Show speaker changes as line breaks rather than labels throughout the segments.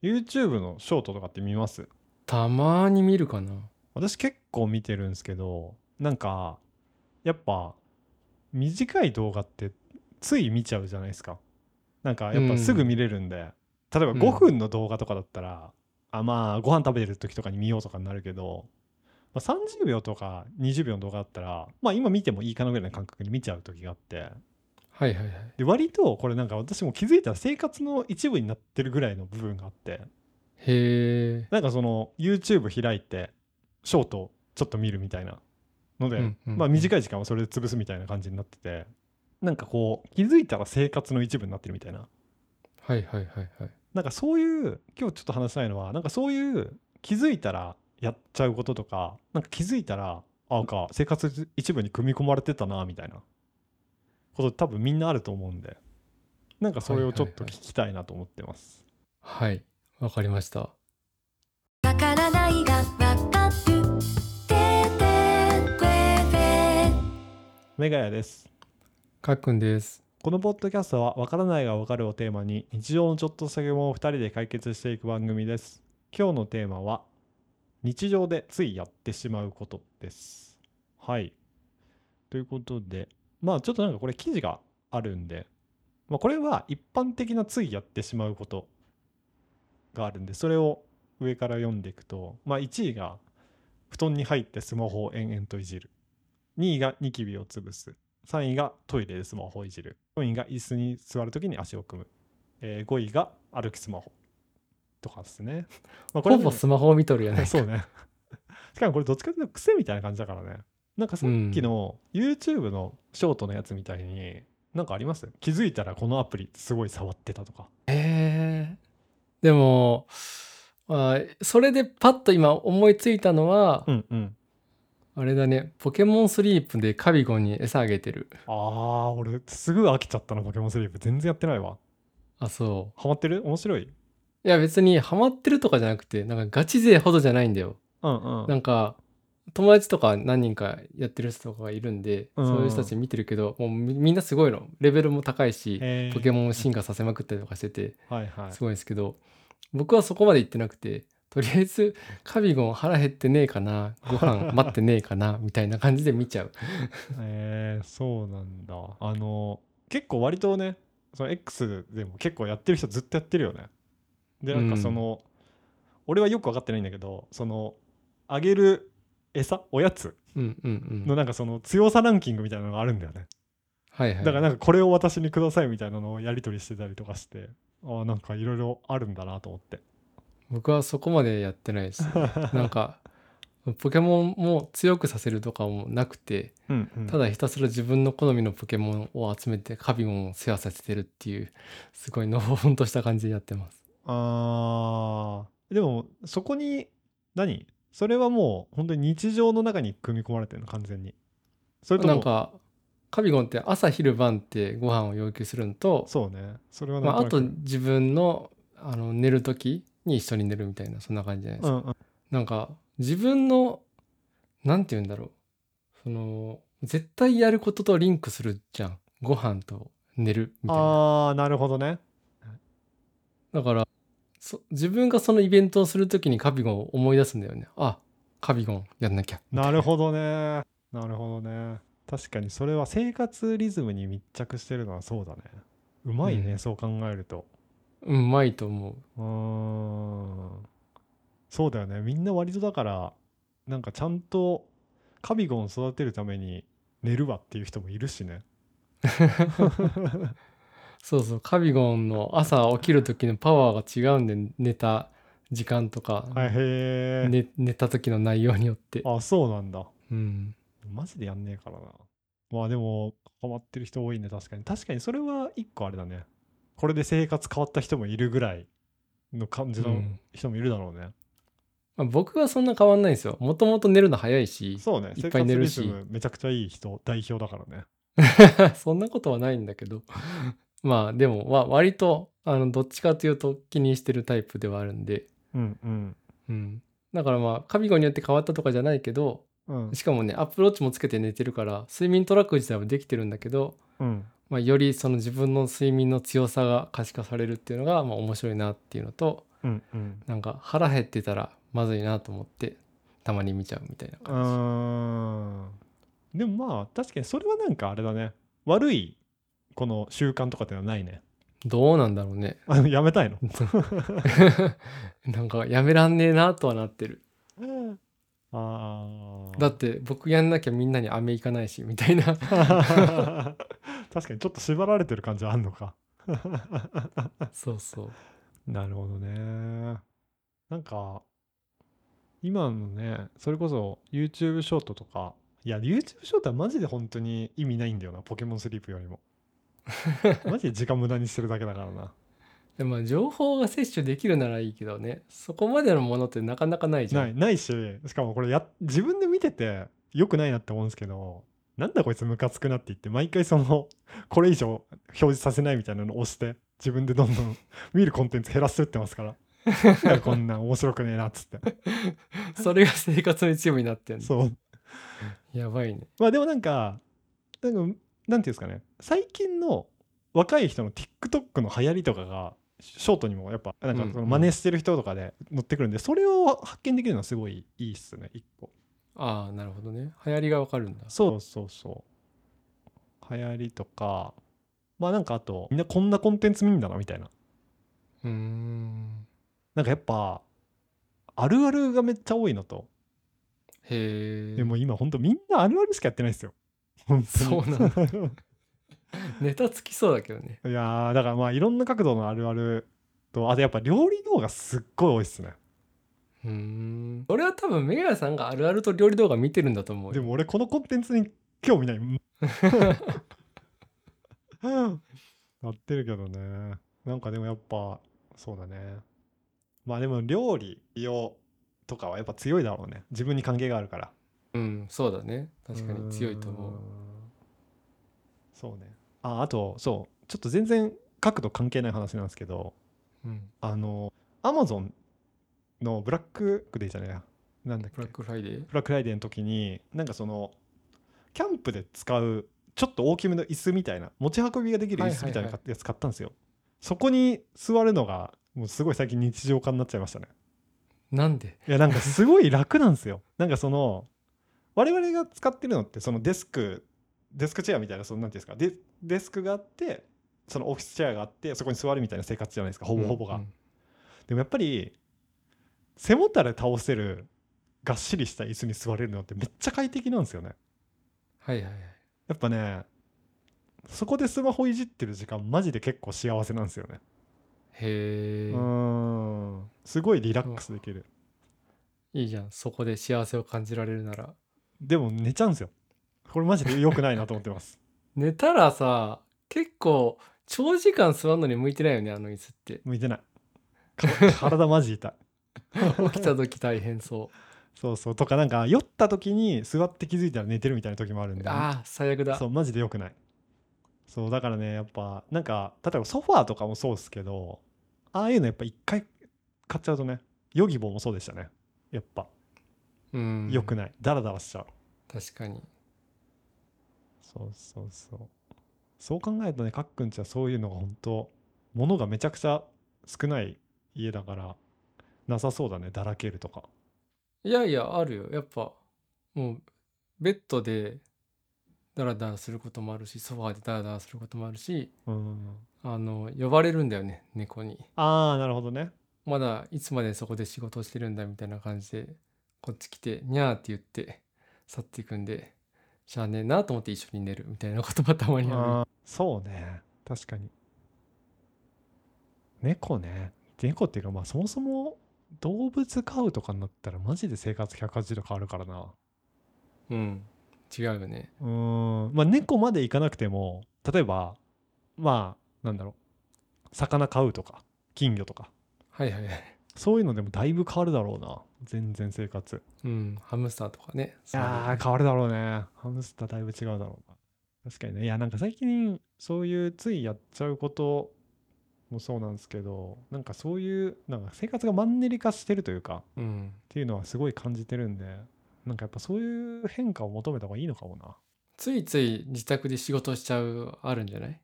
YouTube のショートとかって見ます
たまーに見るかな
私結構見てるんですけどなんかやっぱ短い動画ってつい見ちゃうじゃないですかなんかやっぱすぐ見れるんで、例えば
うん
5分の動画とかだったら、あまあご飯食べてる時とかに見ようとかになるけど、まあ、30秒とか20秒の動画だったらまあ今見てもいいかなぐらいの感覚に見ちゃう時があって
はいはいはい
で割とこれなんか私も気づいたら生活の一部になってるぐらいの部分があって
へえ
なんかその YouTube 開いてショートちょっと見るみたいなので、
うんうんうん
まあ、短い時間はそれで潰すみたいな感じになっててなんかこう気づいたら生活の一部になってるみたいな
はいはいはいはい
なんかそういう今日ちょっと話したいのはなんかそういう気づいたらやっちゃうこととかなんか気づいたらあなんか生活一部に組み込まれてたなみたいなこと多分みんなあると思うんでなんかそれをちょっと聞きたいなと思ってます。
はいわかりました
わからないがわかるててくれ
メガヤです
かっくんです
このポッドキャストは「わからないがわかる」をテーマに日常のちょっとした疑問を2人で解決していく番組です今日のテーマは日常でついやってしまうことですはいということでまあちょっとなんかこれ記事があるんで、まあ、これは一般的なついやってしまうことがあるんでそれを上から読んでいくとまあ1位が布団に入ってスマホを延々といじる2位がニキビを潰す3位がトイレでスマホをいじる4位が椅子に座るときに足を組む、えー5位が歩きスマホとかですね、まあ、
ほぼスマホを見とるやな い
そうねしかもこれどっちかっていうと癖みたいな感じだからねなんかさっきの YouTube のショートのやつみたいになんかあります気づいたらこのアプリすごい触ってたとか
えー、でもあーそれでパッと今思いついたのは、
うんうん
あれだねポケモンスリープでカビゴンに餌あげてる
あー俺すぐ飽きちゃったなポケモンスリープ全然やってないわ
あそ
ハマってる面白いう
いや別にハマってるとかじゃなくてなんかガチ勢ほどじゃないんだよ
うんうん
なんか友達とか何人かやってる人とかがいるんで、
うん
そういう人たち見てるけどもうみみんなすごいのレベルも高いし
へー
ポケモンを進化させまくったりとかしてて
はいはい
すごいんですけど、僕はそこまで行ってなくてとりあえずカビゴン腹減ってねえかなご 飯待ってねえかなみたいな感じで見ちゃう
えー、そうなんだあの結構割とねその X でも結構やってる人ずっとやってるよねでなんかその、俺はよく分かってないんだけどそのあげる餌おやつ
うんうんう
の
ん
なんかその強さランキングみたいなのがあるんだよね
はいはい
だからなんかこれを私にくださいみたいなのをやり取りしてたりとかしてああなんかいろいろあるんだなと思って
僕はそこまでやってないです、な んかポケモンも強くさせるとかもなくて
うん、うん、
ただひたすら自分の好みのポケモンを集めてカビゴンを世話させてるっていうすごいのほほんとした感じでやってます
あーでもそこに何それはもう本当に日常の中に組み込まれてるの完全にそれとも
なんかカビゴンって朝昼晩ってご飯を要求するのと、
そうねそれは
まあ、
な
あ
んと
と
なく
自分のあの寝る時に一緒に寝るみたいなそんな感じじゃないで
う
すか、
んうん
なんか自分のなんて言うんだろうその絶対やることとリンクするじゃんご飯と寝るみたいな
ああなるほ どね
だからそ自分がそのイベントをするときにカビゴンを思い出すんだよねあカビゴンやんなきゃ
なるほどねなるほどね確かにそれは生活リズムに密着してるのはそうだねうまいね、
うん
そう考えると
うまいと思う
うーんそうだよねみんな割とだからなんかちゃんとカビゴン育てるために寝るわっていう人もいるしね
そうそうカビゴンの朝起きる時のパワーが違うんで寝た時間とか、
はい、へえ、
寝寝た時の内容によって
あ、そうなんだ。
うん
マジでやんねえからな。まあでも、ハマってる人多いね、確かに。確かにそれは一個あれだね。これで生活変わった人もいるぐらいの感じ
う
の
ん
人もいるだろうね。
まあ、僕はそんな変わんないんですよもともと寝るの早いし
そうね、
いっぱい寝るし
生活リズムめちゃくちゃいい人、代表だからね。
そんなことはないんだけど まあでもわ割とあのどっちかというと気にしてるタイプではあるんで、
うんうん。
うん、だからまあカビゴンによって変わったとかじゃないけど
うん
しかもねアップローチもつけて寝てるから睡眠トラック自体はできてるんだけど、
うん、
まあ、よりその自分の睡眠の強さが可視化されるっていうのがまあ面白いなっていうのと
うんうん
なんか腹減ってたらまずいなと思ってたまに見ちゃうみたいな
う
感
ーんでもまあ確かにそれはなんかあれだね悪いこの習慣とかっていうのはないね
じどうなんだろうね
あのやめた いの
なんかやめらんねえなとはなってる
ああ
だって僕やんなきゃみんなに飴いかないしみたいな
確かにちょっと縛られてる感じあんのか
そうそう
なるほどねなんか今のねそれこそ YouTube ショートとかいや YouTube ショートはマジで本当に意味ないんだよなポケモンスリープより もマジで時間無駄にしてるだけだからな
でまあ情報が摂取できるならいいけどねそこまでのものってなかなかないじゃん
ないないししかもこれや自分で見てて良くないなって思うんですけどなんだこいつムカつくなって言って毎回その これ以上表示させないみたいなのを押して自分でどんどん 見るコンテンツ減らしてってます からいやこんなん面白くねえなっつって
それが生活の一部になってんの
そう
やばいね
まあでもなんかなんかなんていうんですかね最近の若い人の TikTok の流行りとかがショートにもやっぱなんかその真似してる人とかで乗ってくるんで、それを発見できるのはすごいいいっすね一個
ああなるほどね流行りがわかるんだ
そうそうそう流行りとかまあなんかあとみんなこんなコンテンツ見んだなみたいな
うーん
なんかやっぱあるあるがめっちゃ多いのと
へえ
でも今ほんとみんなあるあるしかやってないですよ本
そうなんだ
当に
ネタつきそうだけどね
いやーだからまあいろんな角度のあるあるとあとやっぱ料理動画すっごい多いっすね
うーん俺は多分メガヤさんがあるあると料理動画見てるんだと思うよ
でも俺このコンテンツに興味 ないなってるけどねなんかでもやっぱそうだねまあでも料理美容とかはやっぱ強いだろうね自分に関係があるから
うんそうだね確かに強いと思
ーん
う
そうねああとそうちょっと全然角度関係ない話なんですけど
うん
あのアマゾンのブラックデーじゃないやなんだっけ
ブラックフライデー
ブラックフライデーの時になんかそのキャンプで使うちょっと大きめの椅子みたいな持ち運びができる椅子みたい
はいはいは
なやつ買ったんですよ、そこに座るのがもうすごい最近日常化になっちゃいましたね
なんで
いやなんかすごい楽なんですよなんかその我々が使ってるのってそのデスクデスクチェアみたいなそのなんていうんですかデデスクがあってそのオフィスチェアがあってそこに座るみたいな生活じゃないですかほぼほぼが、
うん
でもやっぱり背もたれ倒せるがっしりした椅子に座れるのってめっちゃ快適なんですよね
はいはいはい
やっぱねそこでスマホいじってる時間マジで結構幸せなんですよねう
へえ、
ーんすごいリラックスできる
いいじゃんそこで幸せを感じられるなら
でも寝ちゃうんですよこれマジで良くないなと思ってます
寝たらさ結構長時間座るのに向いてないよねあの椅子 って
向いてないか体マジ痛い
起きた時大変そ
そうそうとかなんか酔った時に座って気づいたら寝てるみたいな時もあるん
う
で
ああ最悪だ
そうマジで良くないそうだからねやっぱなんか例えばソファーとかもそうですけどああいうのやっぱ一回買っちゃうとねヨギボーもそうでしたねやっぱ
うん
良くないダラダラしちゃう
確かに
そうそうそうそう考えるとねかっくんちはそういうのが本当物がめちゃくちゃ少ない家だからなさそうだねだらけるとか
いやいやあるよやっぱもうベッドでダラダラすることもあるしソファーでダラダラすることもあるし
うん
あの呼ばれるんだよね猫に
ああなるほどね
まだいつまでそこで仕事をしてるんだみたいな感じでこっち来てニャーって言って去っていくんでしゃあねえなと思って一緒に寝るみたいなことがたまにあ
あーそうね確かに猫ね猫っていうかまあそもそも動物飼うとかになったらマジで生活180度変わるからな
るうん違うよね
うーんまあ猫まで行かなくても例えばまあなんだろう魚飼うとか金魚とか
はいはいはい
そういうのでもだいぶ変わるだろうな全然生活
うんハムスターとかね
いやー変わるだろうねハムスターだいぶ違うだろうな確かにねいやなんか最近そういうついやっちゃうこともそうなんですけどなんかそういうなんか生活がマンネリ化してるというかっ
そううん
ていうのはすごい感じてるんでなんかやっぱそういう変化を求めた方がいいのかもな
ついつい自宅で仕事しちゃうあるんじゃない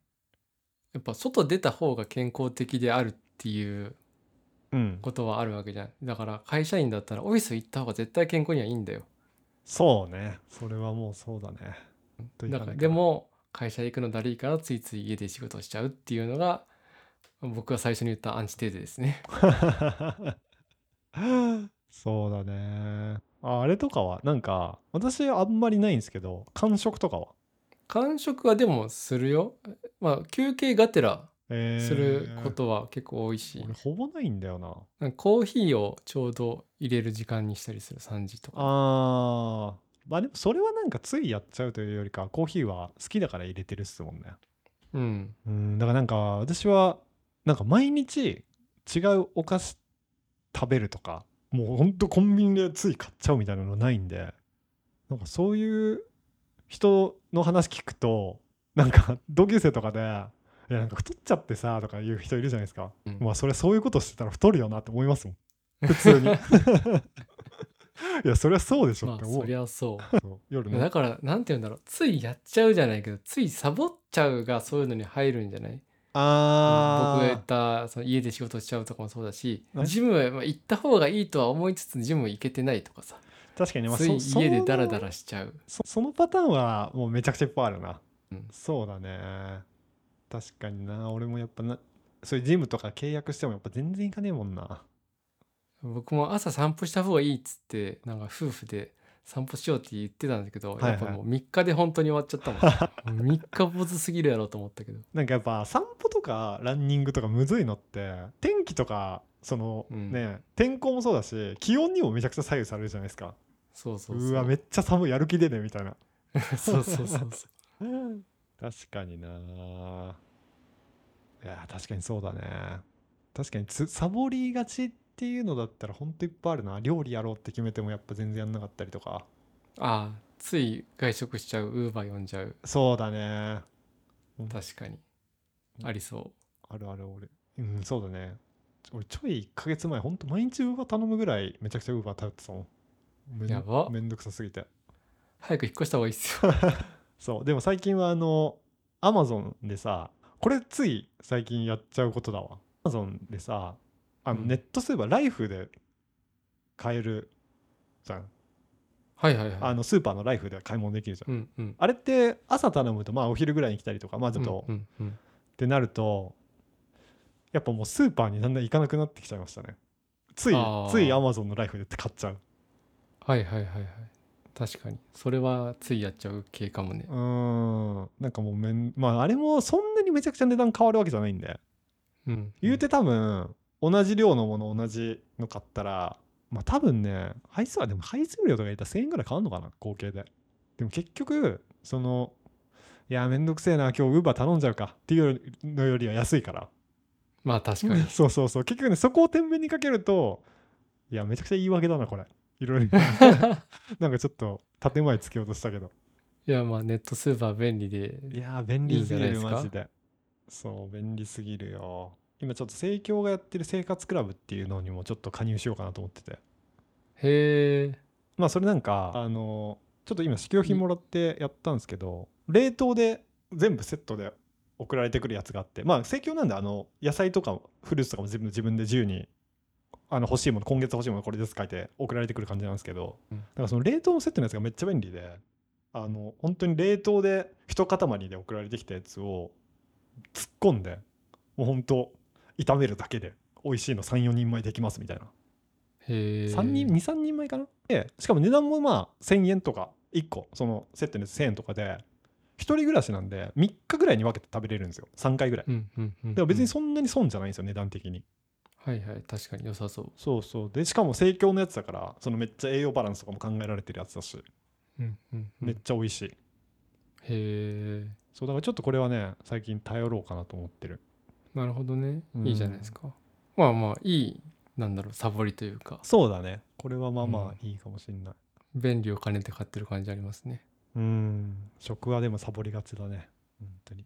やっぱ外出た方が健康的であるっていう
うん、
ことはあるわけじゃんだから会社員だったらオフィス行った方が絶対健康にはいいんだよ
そうねそれはもうそうだねとい
だ
か
か
な
ら
い
でも会社行くのだるいからついつい家で仕事しちゃうっていうのが僕が最初に言ったアンチテーゼですね
そうだねああれとかはなんか私あんまりないんですけど感触とかは
間食はでもするよまあ休憩がてら
えー
することは結構多いし、
俺ほぼないんだよな
なんかコーヒーをちょうど入れる時間にしたりする3時とか
あーまあでもそれはなんかついやっちゃうというよりかコーヒーは好きだから入れてるっすもんね
うん
うんだからなんか私はなんか毎日違うお菓子食べるとかもうほんとコンビニでつい買っちゃうみたいなのないんでなんかそういう人の話聞くとなんか同級生とかで「いやなんか太っちゃってさ」とか言う人いるじゃないですか、
うん
まあそれそういうことしてたら太るよなって思いますも ん普通に いやそりゃそうでしょ
ま
って
あ
思う、
そりゃそ
そう夜
う
ね
だからなんて言うんだろうついやっちゃうじゃないけどついサボっちゃうがそういうのに入るんじゃない僕が言ったその家で仕事しちゃうとかもそうだし
ね
ジムへまあ行った方がいいとは思いつつジム行けてないとかさ
確かにね、まあ、
つい
そ
家でダラ
そんな
ダラしちゃう
そそのパターンはもうめちゃくちゃいっぱいあるな、
うん
そうだね確かにな俺もやっぱなそういうジムとか契約してもやっぱ全然行かねえもんな
僕も朝散歩した方がいいっつってなんか夫婦で散歩しようって言ってたんだけど、
はいはい
やっぱもう3日で本当に終わっちゃっ たもん3日坊主すぎるやろと思ったけど
なんかやっぱ散歩とかランニングとかむずいのって天気とかその、
うん
ね天候もそうだし気温にもめちゃくちゃ左右されるじゃないですか
そうそううそう
わめっちゃ寒いやる気出ねえみたいな
そうそうそうそ
確かにないや確かにそうだね確かにつサボりがちっていうのだったらほんといっぱいあるな料理やろうって決めてもやっぱ全然やんなかったりとか
うああつい外食しちゃうウーバー呼んじゃう
そうだね
確かに
うん
ありそう
あるある俺うんそうだね俺ちょい1ヶ月前ほんと毎日ウーバー頼むぐらいめちゃくちゃウーバー頼ってたもんめん
やば
めんどくさすぎて
早く引っ越した方がいい っすよ
そうでも最近はあのアマゾンでさこれつい最近やっちゃうことだわアマゾンでさあの
うん
ネットすればライフで買えるじゃん、
はいはいはい
あのスーパーのライフで買い物できるじゃん、
うんうん
あれって朝頼むとまあお昼ぐらいに来たりとかまあちょっと、
うんうんうん
ってなるとやっぱもうスーパーにだんだん行かなくなってきちゃいましたねつい
あー
ついアマゾンのライフでって買っちゃう
はいはいはいはい確かにそれはついやっちゃう系かもね
うーんなんかもうめんまああれもそんなにめちゃくちゃ値段変わるわけじゃないんで
うん
言うて多分同じ量のもの同じの買ったらまあ多分ね配数はでも配数量とか言ったら1000円ぐらい変わんのかな合計ででも結局そのいやめんどくせえな今日ウーバー頼んじゃうかっていうのよりは安いから
まあ確 かに
そうそうそう結局ねそこを天秤にかけるといやめちゃくちゃ言い訳だなこれいろいろなんかちょっと建前つけようとしたけど
いやまあネットスーパー便利で
いやー便利すぎ
いいん
る
じゃないですか
マジでそう便利すぎるよ今ちょっと生協がやってる生活クラブっていうのにもちょっと加入しようかなと思ってて
へえ
まあそれなんかあのちょっと今試供品もらってやったんですけど冷凍で全部セットで送られてくるやつがあってまあ生協なんであの野菜とかフルーツとかも全部自分で自由にあの欲しいもの今月欲しいものこれです書いて送られてくる感じなんですけど、
うん
だからその冷凍のセットのやつがめっちゃ便利であの本当に冷凍で一塊で送られてきたやつを突っ込んでもう本当炒めるだけで美味しいの34人前できますみたいな
へえ
3人23人前かなでしかも値段もまあ1000円とか1個そのセットのやつ1000円とかで1人暮らしなんで3日ぐらいに分けて食べれるんですよ3回ぐらい
うんうんうん
でも別に
うん
そんなに損じゃないんですよ値段的に
はいはい確かに良さそう
そうそうでしかも生協のやつだからそのめっちゃ栄養バランスとかも考えられてるやつだし
うんうんうん
めっちゃ美味しい、
へえ
そうだからちょっとこれはね最近頼ろうかなと思ってる
なるほどね
うん
いいじゃないですかまあまあいいなんだろうサボりというか
そうだねこれはまあま
う
あいいかもしんない
便利を兼ねて買ってる感じありますね
うん食はでもサボりがちだね本当に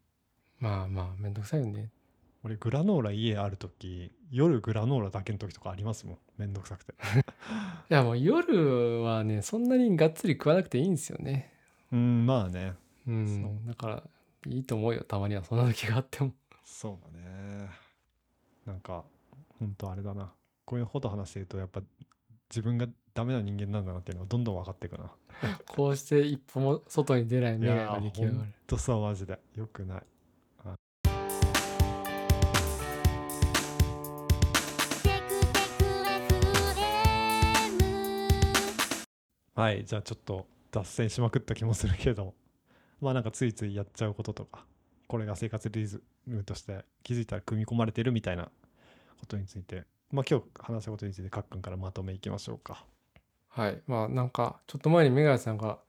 まあまあめんどくさいよね
俺グラノーラ家ある時夜グラノーラだけの時とかありますもんめんどくさくて
いやもう夜はねそんなにがっつり食わなくていいんですよね
うんまあね
う
そうん
だからいいと思うよたまにはそんな時があっても
そうだねなんかほんとあれだなこういうこと話してるとやっぱ自分がダメな人間なんだなっていうのがどんどん分かっていくな。
こうして一歩も外に出ない未来が出来上
いやー
が
ほ
る
んとさマジでよくない。
テクテク FM
はいじゃあちょっと脱線しまくった気もするけど まあなんかついついやっちゃうこととかこれが生活リズムとして気づいたら組み込まれてるみたいなことについてまあ今日話したことについてかっくんからまとめいきましょうか。
はいまあなんかちょっと前にメガネさんが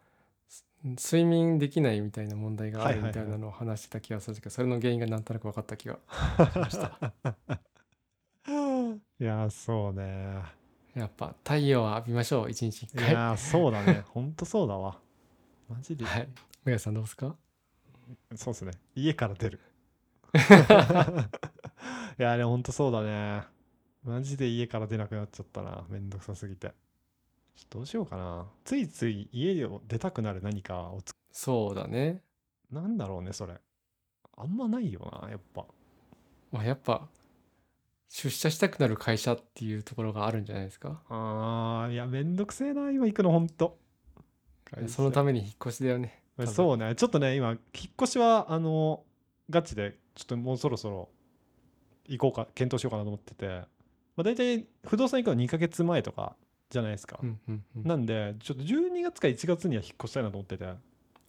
す睡眠できないみたいな問題があるみたいなのを話してた気がするんですけど、それの原因がなんとなく分かった気がしました
いやーそうね
やっぱ太陽を浴びましょう一日一
い
回は
やーそうだねほんとそうだわマジで、
いメガネさんどうですか
そうですね家から出 るいやーでもほんとそうだねマジで家から出なくなっちゃったなめんどくさすぎてちょっとどうしようかなついつい家を出たくなる何かをつ
そうだね、
なんだろうねそれあんまないよなやっぱ
まあ、やっぱ出社したくなる会社っていうところがあるんじゃないですか
あーいやめんどくせえな今行くのほんと
いやそのために引っ越しだよね
まあ
多分
そうねちょっとね今引っ越しはあのガチでちょっともうそろそろ行こうか検討しようかなと思ってて、まあ、大体不動産行くの2ヶ月前とかじゃないですか、
うんうんうん
なんでちょっと12月か1月には引っ越したいなと思ってて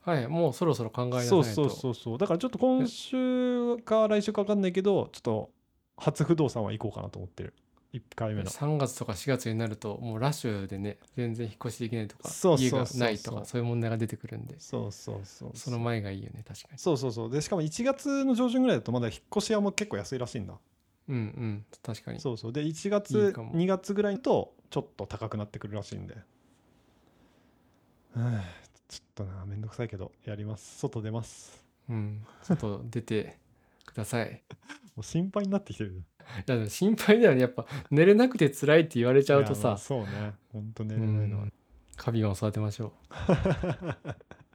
はいもうそろそろ考えなさいと
そうそうそうそうだからちょっと今週か来週か分かんないけどちょっと初不動産は行こうかなと思ってる1回目の
3月とか4月になるともうラッシュでね全然引っ越しできないとか
そうそう
家
そう
が
そう
ないとかそういう問題が出てくるんで
そうそうそう
その前がいいよね確かに
そうそうそうでしかも1月の上旬ぐらいだとまだ引っ越し屋も結構安いらしいんだ
うんうん確かに
そうそうで1月
いいかも
2月ぐらいとちょっと高くなってくるらしいんでうんちょっとなめんどくさいけどやります外出ます
うんちょっと出てください
もう心配になってきてる
だから心配だよねやっぱ寝れなくて辛いって言われちゃうと
いやまあ
さ
そうねほんと寝
う
れないのは
んカビを育てましょう